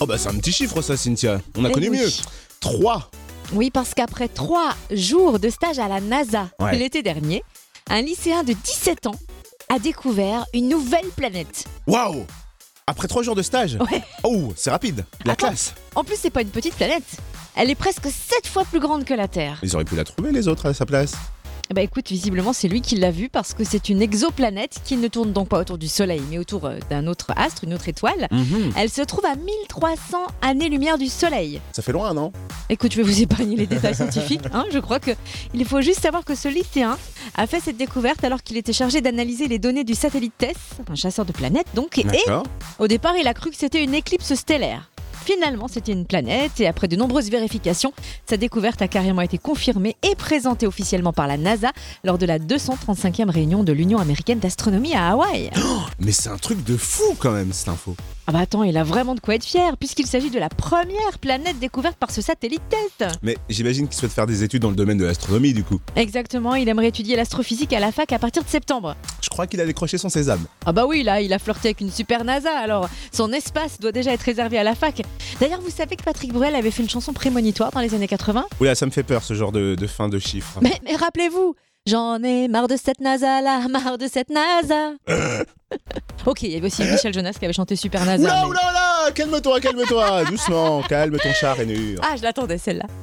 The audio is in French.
Oh bah c'est un petit chiffre ça Cynthia, on a Eh connu oui. mieux. 3 Oui, parce qu'après trois jours de stage à la NASA Ouais. l'été dernier, un lycéen de 17 ans a découvert une nouvelle planète. Waouh Après 3 jours de stage Ouais. Oh, c'est rapide La Attends. classe En plus, c'est pas une petite planète. Elle est presque 7 fois plus grande que la Terre. Ils auraient pu la trouver les autres à sa place. Bah écoute, visiblement, c'est lui qui l'a vue parce que c'est une exoplanète qui ne tourne donc pas autour du Soleil, mais autour euh, d'un autre astre, une autre étoile. Elle se trouve à 1300 années-lumière du Soleil. Ça fait loin, non Écoute, je vais vous épargner les détails scientifiques. hein. je crois que il faut juste savoir que ce lycéen a fait cette découverte alors qu'il était chargé d'analyser les données du satellite TESS, un chasseur de planètes donc. Et D'accord. au départ, il a cru que c'était une éclipse stellaire. Finalement, c'était une planète et après de nombreuses vérifications, sa découverte a carrément été confirmée et présentée officiellement par la NASA lors de la 235e réunion de l'Union américaine d'astronomie à Hawaï. Mais c'est un truc de fou quand même cette info. Ah bah attends, il a vraiment de quoi être fier puisqu'il s'agit de la première planète découverte par ce satellite TESS. Mais j'imagine qu'ils souhaitent faire des études dans le domaine de l'astronomie du coup. Exactement, il aimerait étudier l'astrophysique à la fac à partir de septembre. Je crois qu'il a décroché son sésame. Ah bah oui, là, il a flirté avec une super NASA, alors son espace doit déjà être réservé à la fac. D'ailleurs, vous savez que Patrick Bruel avait fait une chanson prémonitoire dans les années 80 Oula, ah, ça me fait peur ce genre de, de fin de chiffre. Mais, mais rappelez-vous, j'en ai marre de cette NASA là, marre de cette NASA. ok, il y avait aussi Michel Jonas qui avait chanté Super NASA. Euh. Oula, mais- oula, oula Calme-toi, calme-toi Doucement, calme ton char et Ah, je l'attendais celle-là.